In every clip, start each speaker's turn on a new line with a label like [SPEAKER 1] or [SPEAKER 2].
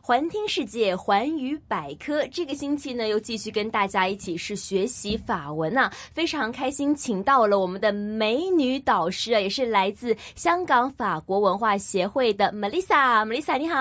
[SPEAKER 1] 环听世界，环宇百科。这个星期呢，又继续跟大家一起是学习法文啊，非常开心，请到了我们的美女导师啊，也是来自香港法国文化协会的 Melissa。Melissa 你好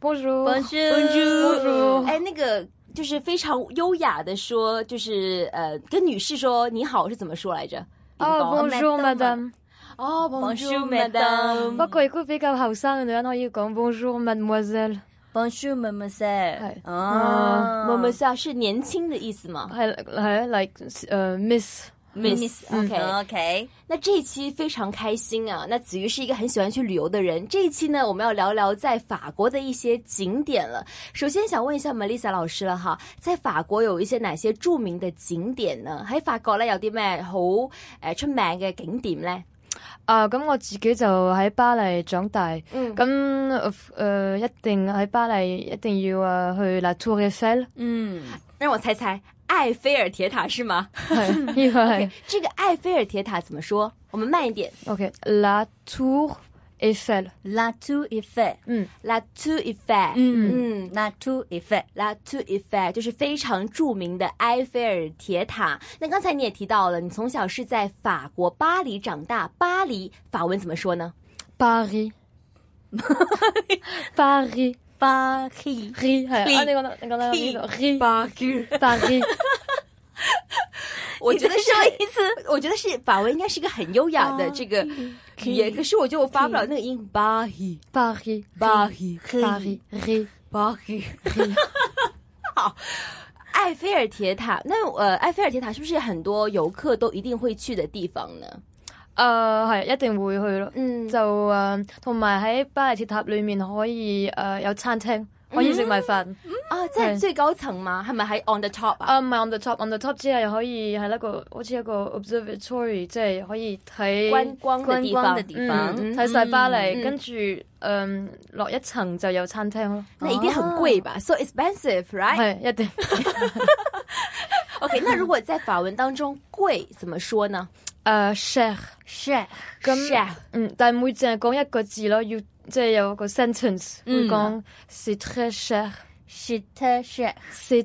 [SPEAKER 2] Bonjour，
[SPEAKER 1] ，Bonjour，Bonjour。哎，那个就是非常优雅的说，就是呃，跟女士说你好是怎么说来着？
[SPEAKER 2] 哦，Bonjour
[SPEAKER 1] Madame
[SPEAKER 2] Madame。
[SPEAKER 1] 哦
[SPEAKER 3] Bonjour,
[SPEAKER 1] ，Bonjour
[SPEAKER 3] Madame
[SPEAKER 2] 不過如果比較後生嘅女人可以講 Bonjour Mademoiselle，
[SPEAKER 3] Bonjour, mademoiselle.
[SPEAKER 2] 係
[SPEAKER 1] 啊
[SPEAKER 3] 啊
[SPEAKER 1] ，Mademoiselle 是年轻的意思吗
[SPEAKER 2] 係係 like 誒 Miss。
[SPEAKER 1] ？Miss OK，
[SPEAKER 3] 嗯 OK，
[SPEAKER 1] 那这一期非常开心啊！那子瑜是一个很喜欢去旅游的人。这一期呢，我们要聊聊在法国的一些景点了。首先想问一下 Melissa 老师了哈，在法國有一些哪些著名嘅景點呢？喺法國咧有啲咩好誒出名嘅景點咧？
[SPEAKER 2] 啊，咁我自己就喺巴黎長大，
[SPEAKER 1] 嗯
[SPEAKER 2] 咁誒、呃一定喺巴黎一定要啊去 La Tour Eiffel，
[SPEAKER 3] 嗯，
[SPEAKER 1] 让我猜猜，埃菲尔铁塔是吗？
[SPEAKER 2] 係呢個係
[SPEAKER 1] 这个埃菲尔铁塔怎么说？我们慢一点
[SPEAKER 2] OK，La Tour Eiffel，
[SPEAKER 3] La Tour Eiffel，
[SPEAKER 2] 嗯，
[SPEAKER 1] ，La Tour Eiffel。
[SPEAKER 3] 嗯
[SPEAKER 1] 嗯，
[SPEAKER 3] ，La Tour Eiffel，
[SPEAKER 1] La Tour Eiffel 就是非常著名的埃菲尔铁塔。那刚才你也提到了，你从小是在法国巴黎长大，巴黎法文怎么说呢？
[SPEAKER 2] 巴黎，巴黎，
[SPEAKER 3] 巴黎，
[SPEAKER 2] 黎係啊，你講得你講得呢個黎，巴黎，巴黎，
[SPEAKER 1] 我觉得是一次， 我觉得是法文应该是一个很优雅的这个语言，啊可是我觉得我发不了那个音。巴黎，
[SPEAKER 2] 巴黎，
[SPEAKER 1] 巴黎，
[SPEAKER 2] 巴黎，黎，
[SPEAKER 1] 巴黎。好，埃菲尔铁塔，那呃，埃菲尔铁塔是不是很多游客都一定会去的地方呢？
[SPEAKER 2] 誒呃係一定會去咯。
[SPEAKER 1] 嗯
[SPEAKER 2] 就誒，同埋喺巴黎鐵塔裏面可以誒、呃有餐
[SPEAKER 1] 嗯
[SPEAKER 2] 廳，可以食埋飯。
[SPEAKER 1] 啊，在
[SPEAKER 2] 嗯
[SPEAKER 1] 最高層嘛，係咪喺 on the top 啊？
[SPEAKER 2] 啊，唔係 on the top，on the top 只係可以係一個好似一個 observatory，即係可以睇
[SPEAKER 1] 觀光的
[SPEAKER 3] 观
[SPEAKER 1] 地
[SPEAKER 3] 光
[SPEAKER 1] 方
[SPEAKER 3] 的。地方，
[SPEAKER 2] 嗯睇晒巴
[SPEAKER 1] 嗯
[SPEAKER 2] 黎，跟住誒落一層就有餐廳咯。
[SPEAKER 1] 那一定很贵吧、s o expensive, right?
[SPEAKER 2] 係一定
[SPEAKER 1] OK，那如果在法文当中贵怎么说呢？
[SPEAKER 2] 誒 share
[SPEAKER 3] 是，
[SPEAKER 2] 呃咁
[SPEAKER 1] Cher
[SPEAKER 2] 嗯，但係每淨係講一個字咯，要即係有個 sentence
[SPEAKER 1] 嗯
[SPEAKER 2] 會講 c'est très cher，c'est
[SPEAKER 3] 是特是，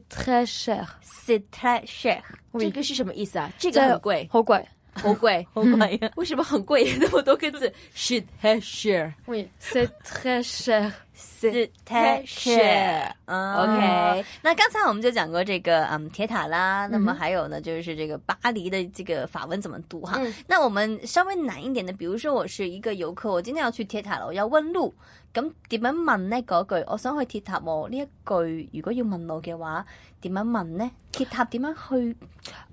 [SPEAKER 2] très cher，
[SPEAKER 3] 是特是，
[SPEAKER 1] 这个是什么意思啊？这
[SPEAKER 2] 即
[SPEAKER 1] 个
[SPEAKER 2] 係
[SPEAKER 1] 很贵，
[SPEAKER 2] 好貴。
[SPEAKER 1] 好贵，
[SPEAKER 3] 好贵啊！
[SPEAKER 1] 为什么很贵？那么多个字，shit has share。
[SPEAKER 2] Oui, c'est très cher.
[SPEAKER 3] 是特是
[SPEAKER 1] OK
[SPEAKER 3] 那刚才我们就讲过这个嗯铁塔啦，那么还有呢就是这个巴黎的这个法文怎么读哈
[SPEAKER 1] 嗯？
[SPEAKER 3] 那我们稍微难一点的，比如说我是一个游客，我今天要去铁塔啦，我要问路，咁點樣問呢？嗰句我想去鐵塔喎呢一句，如果要問路嘅話，點樣問呢？鐵塔點樣去？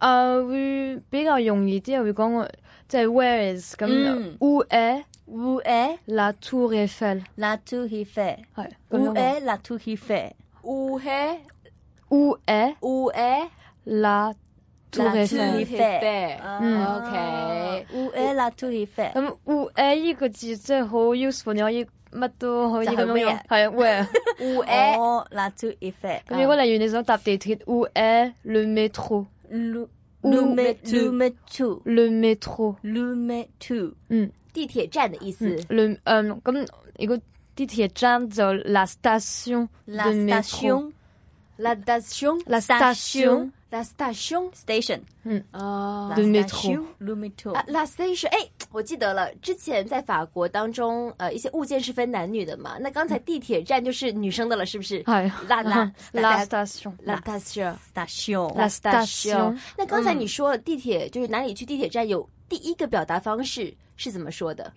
[SPEAKER 2] 誒會比較容易啲，會講我即係 where is 咁
[SPEAKER 3] 嗯
[SPEAKER 2] Où est
[SPEAKER 3] Où est
[SPEAKER 2] la tour Eiffel？
[SPEAKER 3] la tour Eiffel？
[SPEAKER 2] 係咁樣講
[SPEAKER 3] Où est la tour Eiffel？
[SPEAKER 1] 乌黑
[SPEAKER 2] Où est
[SPEAKER 1] 乌黑
[SPEAKER 2] la tour
[SPEAKER 3] La tour
[SPEAKER 2] Eiffel？
[SPEAKER 3] Eiffel
[SPEAKER 2] 嗯
[SPEAKER 3] 啊
[SPEAKER 1] OK
[SPEAKER 3] Où est la tour Eiffel？
[SPEAKER 2] 咁 Où est 呢個字真係好 useful，你可以乜都可以
[SPEAKER 3] 就係
[SPEAKER 2] 咁樣
[SPEAKER 3] where
[SPEAKER 2] 用。係 where？
[SPEAKER 1] 乌嗯黑
[SPEAKER 3] 哦，la tour Eiffel。
[SPEAKER 2] 咁如果例如你想搭地鐵，Où est le métro？Le
[SPEAKER 3] Lu
[SPEAKER 2] Où
[SPEAKER 3] Lume Lume Two
[SPEAKER 2] métro？
[SPEAKER 3] Lume Two
[SPEAKER 2] 嗯
[SPEAKER 1] 地铁站的意思。
[SPEAKER 2] 嗯，le 嗯咁如果地鐵站就 la station
[SPEAKER 3] La
[SPEAKER 2] de métro。
[SPEAKER 3] Station
[SPEAKER 1] La station,
[SPEAKER 2] La station
[SPEAKER 1] la station，
[SPEAKER 3] Station
[SPEAKER 1] 哦
[SPEAKER 3] La
[SPEAKER 2] De métro
[SPEAKER 3] station, Lume Two
[SPEAKER 1] 啊，La station，哎，我记得了，之前在法国当中，呃，一些物件是分男女的嘛。那刚才地铁站就是女生的了，是不是？
[SPEAKER 2] 係
[SPEAKER 1] La la
[SPEAKER 2] Ah, la station。
[SPEAKER 1] La station。
[SPEAKER 3] Station
[SPEAKER 2] La station
[SPEAKER 1] 那刚才你说了地铁就是哪里去地铁站有第一个表达方式是怎么说的？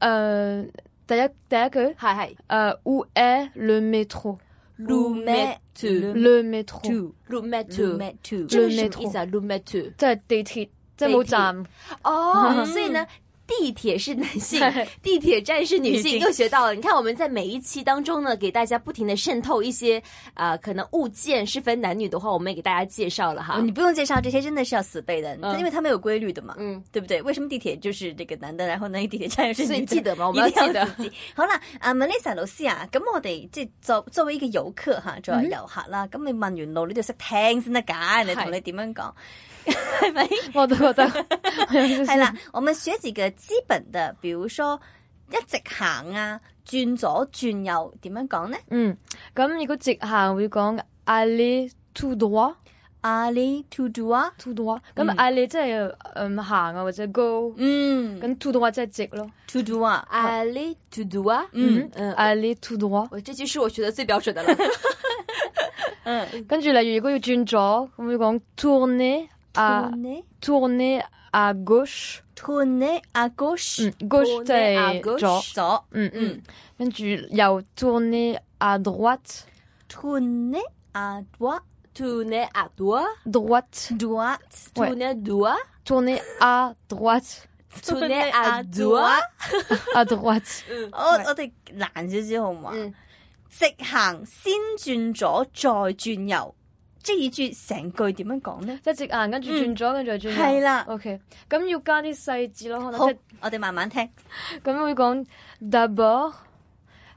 [SPEAKER 2] 誒第一第一句。
[SPEAKER 1] 嗨嗨
[SPEAKER 2] Euh, où est le métro
[SPEAKER 3] Lume Two
[SPEAKER 2] Le métro，即
[SPEAKER 3] Two
[SPEAKER 1] l u m e t o
[SPEAKER 3] Lume Two
[SPEAKER 1] 这个是什么意思啊 l u m e t o
[SPEAKER 2] 係地鐵，即係
[SPEAKER 1] 地鐵
[SPEAKER 2] 冇站。
[SPEAKER 1] 哦，所以呢。地铁是男性，地铁站是女性，
[SPEAKER 3] 女性
[SPEAKER 1] 又学到了。你看我们在每一期当中呢，给大家不停的渗透一些啊、呃可能物件是分男女的话，我们也给大家介绍了哈
[SPEAKER 3] 哦。你不用介绍，这些真的是要死背的，因为它没有规律的嘛，
[SPEAKER 1] 嗯，
[SPEAKER 3] 对不对？为什么地铁就是这个男的，然后呢地 铁站又是女的？
[SPEAKER 1] 所以记得 嘛我们要
[SPEAKER 3] 一定
[SPEAKER 1] 记得
[SPEAKER 3] 自己。好啦，啊 Melissa 老師啊，咁我哋即係作作為一個遊客嚇，作
[SPEAKER 1] 嗯
[SPEAKER 3] 為遊客啦，咁你問完路你都要識聽先得㗎，人哋同你點樣講，係咪？
[SPEAKER 2] 我都覺得
[SPEAKER 3] 係啦，我們學幾個基本的，比如說一直行啊，轉左轉右點樣講呢？
[SPEAKER 2] 嗯，咁如果直行會講 aller tout droit，tout
[SPEAKER 3] Aller to do 啊，
[SPEAKER 2] droit。咁 aller euh, 即係嗯行啊，或者 hein, go。
[SPEAKER 3] 嗯，
[SPEAKER 2] 咁 tout droit 即係直咯。
[SPEAKER 3] to do 啊，
[SPEAKER 1] aller tout droit。
[SPEAKER 3] 嗯
[SPEAKER 1] 嗯，
[SPEAKER 2] aller tout droit。
[SPEAKER 1] 我这句是我学的最标准的了。
[SPEAKER 3] 嗯，
[SPEAKER 2] 跟住例如如果要轉左，咁會講 tourner à
[SPEAKER 3] tourner
[SPEAKER 2] tourner à gauche。
[SPEAKER 3] tourner à 啊 gauche，啊
[SPEAKER 2] 嗯，gauche 即
[SPEAKER 1] Tourner à
[SPEAKER 2] 係
[SPEAKER 1] gauche
[SPEAKER 2] 左。
[SPEAKER 3] 左
[SPEAKER 2] 嗯
[SPEAKER 3] 嗯
[SPEAKER 2] 嗯。跟住又 tourner à droite。
[SPEAKER 3] tourner à droite，droite
[SPEAKER 1] tourner à droite,
[SPEAKER 2] droite。Ouais.
[SPEAKER 1] tourner à droite,
[SPEAKER 2] tourner à droite。
[SPEAKER 1] tourner à droite。
[SPEAKER 2] à droite。
[SPEAKER 3] 我我哋難少少好唔好啊？
[SPEAKER 1] 嗯
[SPEAKER 3] 直行先轉左，再轉右，即係呢句成句點樣講呢？
[SPEAKER 2] 即係直行，跟住
[SPEAKER 3] 嗯
[SPEAKER 2] 轉左，跟住再轉右。
[SPEAKER 3] 係啦
[SPEAKER 2] OK，咁要加啲細節咯，可能
[SPEAKER 3] 好
[SPEAKER 2] 即係。，
[SPEAKER 3] 我哋慢慢聽。
[SPEAKER 2] 咁會講 d'abord，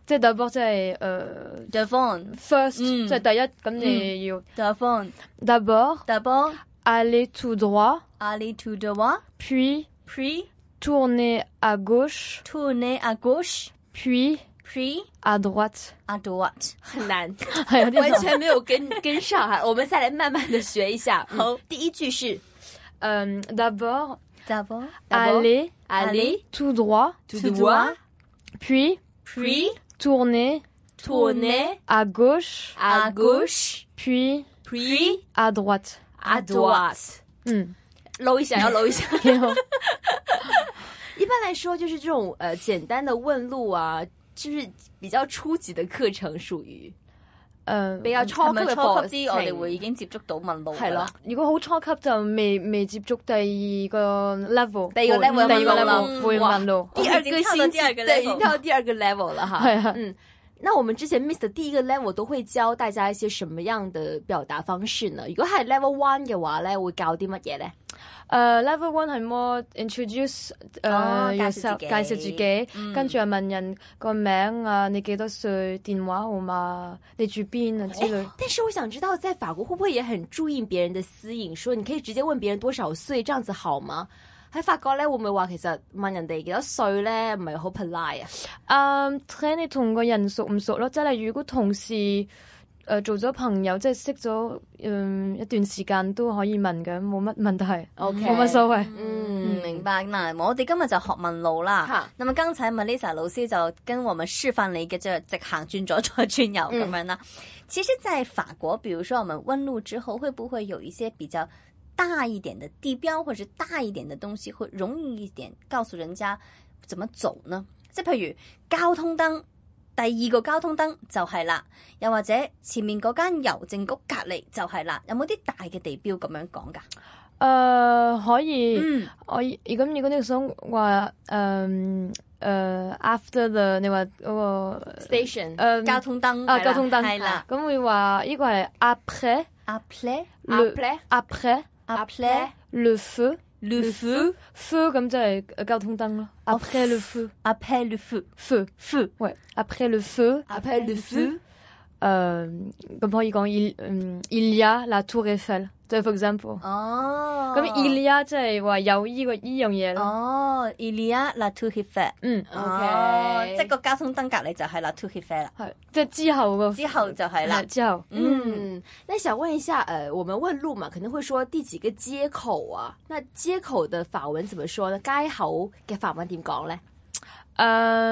[SPEAKER 2] 即係 d'abord 即係誒
[SPEAKER 3] Devon,
[SPEAKER 2] first，
[SPEAKER 3] 嗯
[SPEAKER 2] 即係第一。咁你要
[SPEAKER 3] Devon,
[SPEAKER 2] d'abord
[SPEAKER 3] Devon,
[SPEAKER 2] aller tout droit,
[SPEAKER 3] Ali to the one,
[SPEAKER 2] puis
[SPEAKER 3] pre,
[SPEAKER 2] tourner à gauche,
[SPEAKER 3] tourner à gauche,
[SPEAKER 2] puis
[SPEAKER 3] pre,
[SPEAKER 2] à droite。
[SPEAKER 3] à droite。
[SPEAKER 1] 很难，
[SPEAKER 2] 係有
[SPEAKER 1] 完
[SPEAKER 2] 啲
[SPEAKER 1] 全没有跟跟上哈。我们再来慢慢的学一下。
[SPEAKER 3] 好
[SPEAKER 1] 嗯，第一句是
[SPEAKER 2] 誒 Euh, d'abord
[SPEAKER 3] D'abord,
[SPEAKER 2] aller
[SPEAKER 1] aller
[SPEAKER 2] tout droit,
[SPEAKER 1] to
[SPEAKER 3] to
[SPEAKER 1] droit,
[SPEAKER 2] puis
[SPEAKER 3] pre,
[SPEAKER 2] tourner
[SPEAKER 1] tourner
[SPEAKER 2] à gauche,
[SPEAKER 1] à gauche,
[SPEAKER 2] puis
[SPEAKER 1] puis
[SPEAKER 2] à droite。Hmm.
[SPEAKER 1] à droite。
[SPEAKER 2] 嗯，
[SPEAKER 1] 搂一下，要搂一 下。
[SPEAKER 2] 然後
[SPEAKER 1] 一般来说，就是这种呃简单的问路啊，就是比较初级的课程，属于
[SPEAKER 2] 誒
[SPEAKER 1] 比較初
[SPEAKER 3] 係
[SPEAKER 1] 級
[SPEAKER 3] 咪
[SPEAKER 1] 嘅
[SPEAKER 3] 初
[SPEAKER 1] 課
[SPEAKER 3] 級啲？我哋會已
[SPEAKER 1] 程。
[SPEAKER 3] 經接觸到問路㗎
[SPEAKER 1] 係咯
[SPEAKER 3] 啦。
[SPEAKER 2] 如果好初級就未未接觸第二個 level，
[SPEAKER 1] 第二個 level
[SPEAKER 2] 會第二個
[SPEAKER 1] 問路啦
[SPEAKER 2] level 會問路。
[SPEAKER 1] 第二
[SPEAKER 3] 已
[SPEAKER 1] 哦个
[SPEAKER 3] 經跳到
[SPEAKER 1] 星期
[SPEAKER 3] 第二，個
[SPEAKER 1] 对，已
[SPEAKER 3] level
[SPEAKER 1] 经到第二个 level 了 哈。
[SPEAKER 2] 係啊
[SPEAKER 1] 嗯，那我们之前 Miss 的第一個 level 都會教大家一些什麼樣的表達方式呢？如果係 level one 嘅話咧，會教啲乜嘢咧？
[SPEAKER 2] 誒 level one 係 more introduce
[SPEAKER 3] 哦
[SPEAKER 2] 誒
[SPEAKER 3] 介
[SPEAKER 2] yourself
[SPEAKER 3] 紹自己
[SPEAKER 2] 介紹自己，跟住又問人個名啊，你幾多歲，電話號碼，你住邊啊之類。
[SPEAKER 1] 但是我想知道，在法國會不會也很注意別人的私隱？說你可以直接問別人多少歲，這樣子好嗎？喺法國咧，會唔會話其實問人哋幾多歲咧，唔係好 polite 啊？
[SPEAKER 2] 誒睇你 Um, 同個人熟唔熟咯，即係例如如果同事誒做咗朋友，即係識咗嗯一段時間都可以問嘅，冇乜問題，
[SPEAKER 1] OK
[SPEAKER 2] 冇乜所謂。
[SPEAKER 1] 嗯
[SPEAKER 3] 嗯，明白。嗱，我哋今日就學問路啦
[SPEAKER 1] 嚇。
[SPEAKER 3] 那麼剛才 Melissa 老師就跟我們示範了一個就直行轉左再轉右咁樣啦。其實，在法國，比如說我們問路之後，會不會有一些比較大一點的地標，或者是大一點的東西，會容易一點告訴人家怎麼走呢？即係譬如交通燈。第二個交通燈就係啦，又或者前面嗰間郵政局隔離就係啦，有冇啲大嘅地標咁樣講㗎？
[SPEAKER 2] 誒、可以。
[SPEAKER 3] 嗯，
[SPEAKER 2] 我以咁如果你想話誒誒 after the 你話嗰、個
[SPEAKER 1] station
[SPEAKER 2] 誒
[SPEAKER 3] 嗯交通燈
[SPEAKER 2] 啊
[SPEAKER 3] 係啦
[SPEAKER 2] 交通燈
[SPEAKER 3] 係啦。
[SPEAKER 2] 咁會話呢個係 après
[SPEAKER 3] Après,
[SPEAKER 2] le
[SPEAKER 1] après
[SPEAKER 2] après
[SPEAKER 3] après
[SPEAKER 2] le feu
[SPEAKER 3] le feu,
[SPEAKER 2] feu 咁即係誒交通燈咯。après le feu
[SPEAKER 3] après le feu,
[SPEAKER 2] feu
[SPEAKER 3] feu,
[SPEAKER 2] ouais après le feu
[SPEAKER 1] après le feu
[SPEAKER 2] 誒咁可以講 il 嗯 il y a la tour Eiffel 即係 for example
[SPEAKER 1] Oh. Ah.
[SPEAKER 3] 哦，
[SPEAKER 2] 咁 il y a 即係話有呢個呢樣嘢
[SPEAKER 1] Oh.
[SPEAKER 2] 咯。
[SPEAKER 3] 哦，il y a la tour Eiffel，
[SPEAKER 2] 嗯，
[SPEAKER 3] 哦
[SPEAKER 1] Ah. OK
[SPEAKER 3] 即係個交通燈隔離就係 la tour Eiffel 啦，
[SPEAKER 2] 係即係之後個
[SPEAKER 3] 之後就係啦
[SPEAKER 2] 係，之後。
[SPEAKER 3] 嗯，
[SPEAKER 1] 嗯，那想問一下，呃，我們問路嘛，肯定會說第幾個街口啊？那街口的法文怎麼說呢？街口嘅法文點講咧？
[SPEAKER 2] 誒、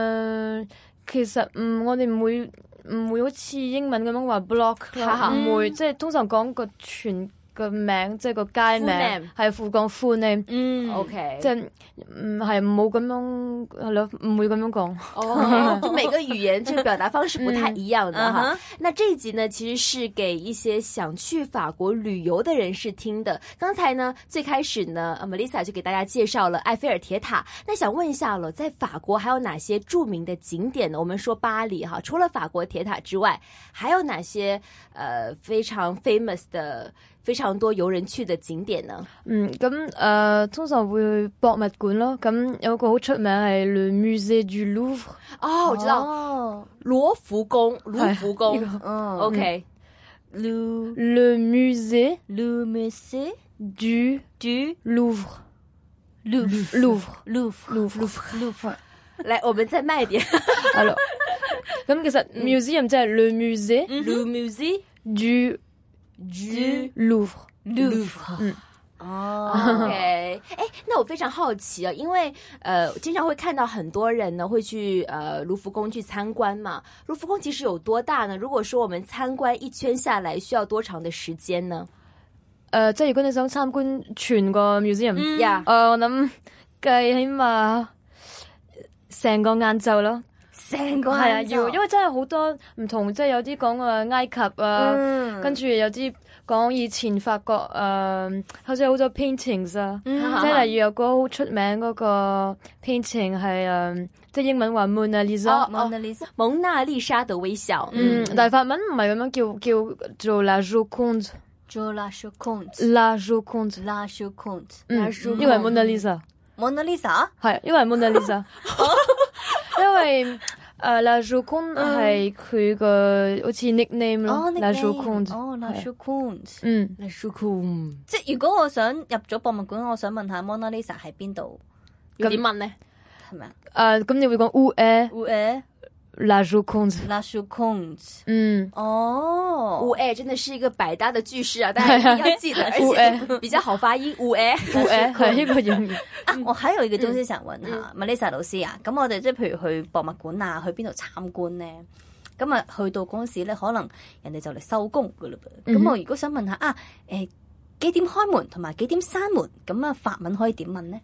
[SPEAKER 2] Euh, 其實嗯，我哋唔會唔會好似英文咁樣話 block 啦，
[SPEAKER 1] 嗯
[SPEAKER 2] 唔會，即係通常講個全個名，即係個街
[SPEAKER 1] Full name
[SPEAKER 2] 名，係副講 full name，
[SPEAKER 3] 嗯
[SPEAKER 1] OK，
[SPEAKER 2] 即係唔係冇咁樣係咯，唔會咁樣講。
[SPEAKER 1] 哦， 就每个语言这个表达方式不太一样的哈。
[SPEAKER 3] 嗯嗯
[SPEAKER 1] 那这一集呢，其实是给一些想去法国旅游的人士听的。刚才呢，最开始呢呃，Melissa 就给大家介绍了埃菲尔铁塔。那想问一下了，在法国还有哪些著名的景点呢？我们说巴黎哈，除了法国铁塔之外，还有哪些呃非常 famous 的、非常多游人去的景点呢？
[SPEAKER 2] 嗯，咁誒、呃通常會去博物館咯。咁有個好出名係 Le Musée du Louvre，
[SPEAKER 1] 哦，我哎知道，
[SPEAKER 3] 哦，
[SPEAKER 1] 罗浮宫，卢浮宫。
[SPEAKER 3] 嗯
[SPEAKER 1] OK，
[SPEAKER 3] ，le
[SPEAKER 2] Le Musée
[SPEAKER 3] le musée
[SPEAKER 2] du
[SPEAKER 3] du
[SPEAKER 2] Louvre，Louvre，Louvre
[SPEAKER 3] Louvre, Louvre, Louvre，
[SPEAKER 1] 来，我们再慢一 点。
[SPEAKER 2] 係咯。咁其實
[SPEAKER 3] 嗯
[SPEAKER 2] museum 即係 le musée
[SPEAKER 3] Mhm.
[SPEAKER 1] Le musée
[SPEAKER 2] du
[SPEAKER 1] du
[SPEAKER 2] Louvre。
[SPEAKER 1] Louvre
[SPEAKER 3] Mm.
[SPEAKER 2] 嗯。
[SPEAKER 1] 哦，OK，哎， 那我非常好奇啊，因为呃，经常会看到很多人呢会去呃卢浮宫去参观嘛。卢浮宫其实有多大呢？如果说我们参观一圈下来，需要多长的时间呢？
[SPEAKER 2] 誒、呃即係如果你想參觀全個 museum，誒、
[SPEAKER 3] 嗯
[SPEAKER 2] 呃
[SPEAKER 1] 呀，
[SPEAKER 2] 我諗計起碼成個晏晝咯，
[SPEAKER 3] 成個
[SPEAKER 1] Ah,
[SPEAKER 2] 係啊，
[SPEAKER 3] 哦晏晝
[SPEAKER 2] 要，因為真係好多唔同，即係有啲講啊埃及啊，
[SPEAKER 3] 嗯
[SPEAKER 2] 跟住有啲講以前法國誒、好似有好多 paintings 啊，
[SPEAKER 3] 嗯
[SPEAKER 2] 即係例如有個好出名嗰個 painting 係誒、即係英文話 Mona Lisa，、
[SPEAKER 1] 哦
[SPEAKER 3] Oh, Mona Lisa
[SPEAKER 1] 蒙娜麗莎的微笑，
[SPEAKER 2] 嗯，但係法文唔係咁樣叫叫做 La Joconde，La
[SPEAKER 3] Jo La Joconde
[SPEAKER 2] Joconde，
[SPEAKER 3] La Joconde
[SPEAKER 2] 嗯
[SPEAKER 1] La，Joconde
[SPEAKER 2] 因為 Mona Lisa。
[SPEAKER 3] Mona Lisa
[SPEAKER 2] 係，因為 Mona Lisa，因為誒、呃、La Joconde 係佢個好似 nickname 咯
[SPEAKER 3] 哦
[SPEAKER 2] ，La
[SPEAKER 3] nickname
[SPEAKER 2] Joconde，
[SPEAKER 3] 哦 La
[SPEAKER 2] 嗯係啊
[SPEAKER 3] Joconde
[SPEAKER 2] 嗯，
[SPEAKER 1] 那舒酷，
[SPEAKER 3] 即係如果我想入咗博物館，我想問下 Mona Lisa 喺邊度
[SPEAKER 1] 要點問呢？
[SPEAKER 3] 係咪啊
[SPEAKER 2] 誒咁你會講 Où est
[SPEAKER 3] ？Où est
[SPEAKER 2] La Joconde？
[SPEAKER 3] La Joconde？
[SPEAKER 2] 嗯，
[SPEAKER 3] 哦
[SPEAKER 1] 五 A 哎真的是一个百搭的句式啊，大家一定要 记得，而
[SPEAKER 2] 五 A
[SPEAKER 1] 且比较好发音。哎五 A，
[SPEAKER 2] Où est 係呢個容易，
[SPEAKER 3] 啊，我喺度嘅東西想問
[SPEAKER 2] 嗯
[SPEAKER 3] 下 Melissa 老師啊，咁我哋即係譬如去博物館啊，去邊度參觀咧？咁啊，去到嗰陣時咧，可能人哋就嚟收工噶啦噃。
[SPEAKER 2] 嗯哼
[SPEAKER 3] 咁我如果想問下啊，誒幾點開門同埋幾點閂門？咁啊，法文可以點問咧？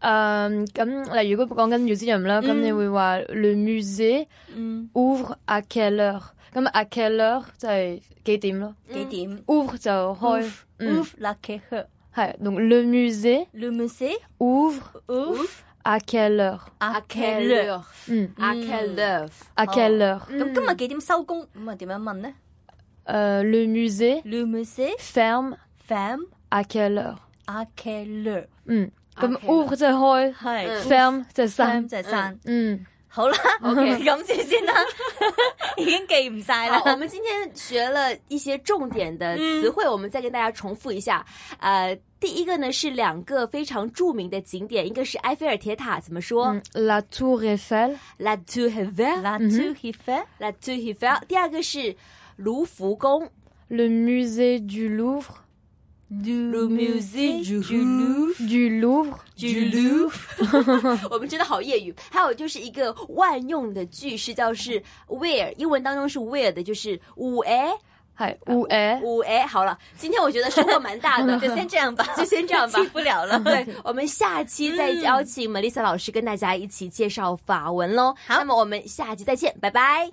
[SPEAKER 2] 誒咁例如如果講緊 museum 啦，咁你會話 Le musée
[SPEAKER 3] 嗯，
[SPEAKER 2] ouvre à quelle heure？咁 à quelle heure 就係幾點咯
[SPEAKER 3] 幾點
[SPEAKER 2] ？ouvre 就開，嗯，
[SPEAKER 3] ？Ouf la q u e r
[SPEAKER 2] 係，donc le musée
[SPEAKER 3] le musée
[SPEAKER 2] ouvre
[SPEAKER 3] ouf
[SPEAKER 2] à quelle heure？
[SPEAKER 3] à q u e r
[SPEAKER 1] 阿
[SPEAKER 2] 嗯
[SPEAKER 1] Ken Love，
[SPEAKER 2] ，à quelle heure？
[SPEAKER 3] 咁今日幾點收工？咁啊點樣問咧
[SPEAKER 2] Euh, le musée
[SPEAKER 3] ？le musée
[SPEAKER 2] ferme
[SPEAKER 3] femme
[SPEAKER 2] à quelle heure
[SPEAKER 3] à q u e r
[SPEAKER 2] 嗯，咁
[SPEAKER 1] À quelle
[SPEAKER 2] ouvre 即係開
[SPEAKER 3] 係
[SPEAKER 2] ，ferme Mm. 即係
[SPEAKER 3] femme
[SPEAKER 2] 閂。
[SPEAKER 3] 就係散。
[SPEAKER 2] 嗯，
[SPEAKER 3] 好啦
[SPEAKER 1] OK
[SPEAKER 3] 咁先先啦，已經記唔晒啦
[SPEAKER 1] 好，。我们今天学了一些重点的词汇，我们再跟大家重复一下。呃，第一个呢是两个非常著名的景点，一个是埃菲尔铁塔，怎么说、
[SPEAKER 2] 嗯 La Tour Eiffel，
[SPEAKER 1] La Tour Eiffel，La
[SPEAKER 3] La tour Eiffel,
[SPEAKER 1] Tour Eiffel。第二个是卢浮 宫
[SPEAKER 2] le musée du Louvre,
[SPEAKER 1] ，Le Musée du Louvre。
[SPEAKER 2] du Louvre，
[SPEAKER 1] Du Louvre，我们真的好业余。还有就是一个万用的句式，叫是 where，英文当中是 where 的，就是五 a
[SPEAKER 2] 係 où est
[SPEAKER 1] 五 a。好了，今天我觉得收获蛮大 的，就
[SPEAKER 3] 就
[SPEAKER 1] 先
[SPEAKER 3] 先這樣吧，
[SPEAKER 1] 就先这样吧
[SPEAKER 3] 記。不了了。
[SPEAKER 1] 对，我们下期再邀请 Melissa 老师跟大家一起介绍法文喽。
[SPEAKER 3] 好
[SPEAKER 1] 那么我们下期再见，拜拜。